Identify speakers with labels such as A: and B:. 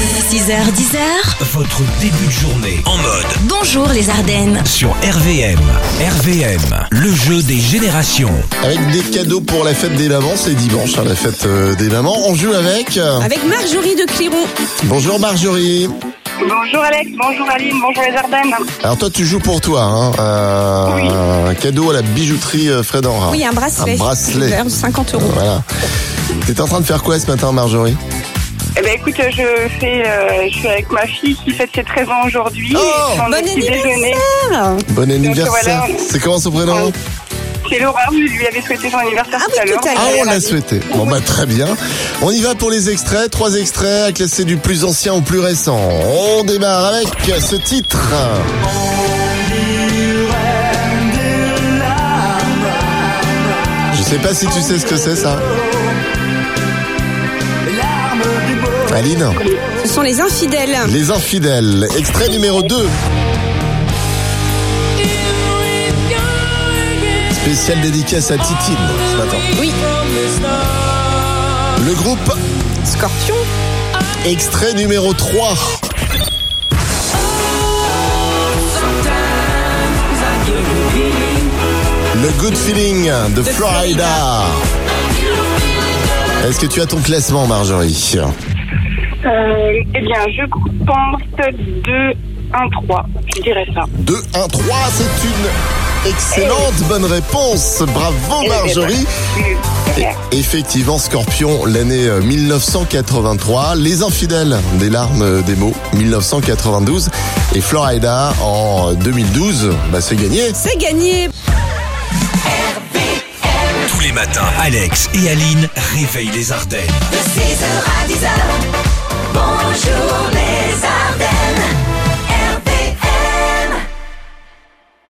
A: 6h, 10h,
B: Votre début de journée en mode
A: bonjour les Ardennes.
B: sur RVM. RVM, le jeu des générations.
C: Avec des cadeaux pour la fête des mamans, c'est dimanche, hein, la fête euh, des mamans. On joue avec. euh,
D: Avec Marjorie de Cliron.
C: Bonjour Marjorie.
E: Bonjour Alex, bonjour Aline, bonjour les Ardennes.
C: Alors toi, tu joues pour toi. Hein, euh,
E: Oui.
C: Un cadeau à la bijouterie euh, Fred Enra.
D: Oui, hein. un bracelet.
C: Un bracelet.
D: Vers 50 euros.
C: Voilà. T'étais en train de faire quoi ce matin, Marjorie
E: Eh ben écoute, je fais, euh, je suis avec ma fille qui fête ses 13 ans aujourd'hui.
C: Oh,
E: Et on
D: bon
E: est petit
D: anniversaire.
E: déjeuner.
C: Bon anniversaire.
E: voilà.
C: C'est comment son prénom
E: C'est Laura, je lui avais souhaité son anniversaire
D: Ah oui,
E: tout à l'heure.
D: tout à
C: Ah,
D: l'heure.
C: on l'a souhaité. Bon bah très bien. On y va pour les extraits. Trois extraits à classer du plus ancien au plus récent. On démarre avec ce titre. Je sais pas si tu sais ce que c'est ça. Aline,
D: Ce sont les infidèles.
C: les infidèles. Extrait numéro 2. Spéciale dédicace à Titine ce matin.
D: Oui,
C: Le groupe
D: Scorpion.
C: Extrait numéro 3. Le Good Feeling de Florida. Est-ce que tu as ton classement, Marjorie
E: Euh, eh bien, je pense 2, 1, 3. Je dirais ça.
C: 2, 1, 3, c'est une excellente bonne réponse. Bravo, Marjorie.
E: Et-
C: Effectivement, Scorpion, l'année euh, 1983, Les Infidèles, des larmes euh, des mots, 1992, et Florida en euh, 2012, bah c'est gagné.
D: C'est gagné.
B: Tous les matins, Alex et Aline réveillent les Ardennes.
F: De 6h à 10h,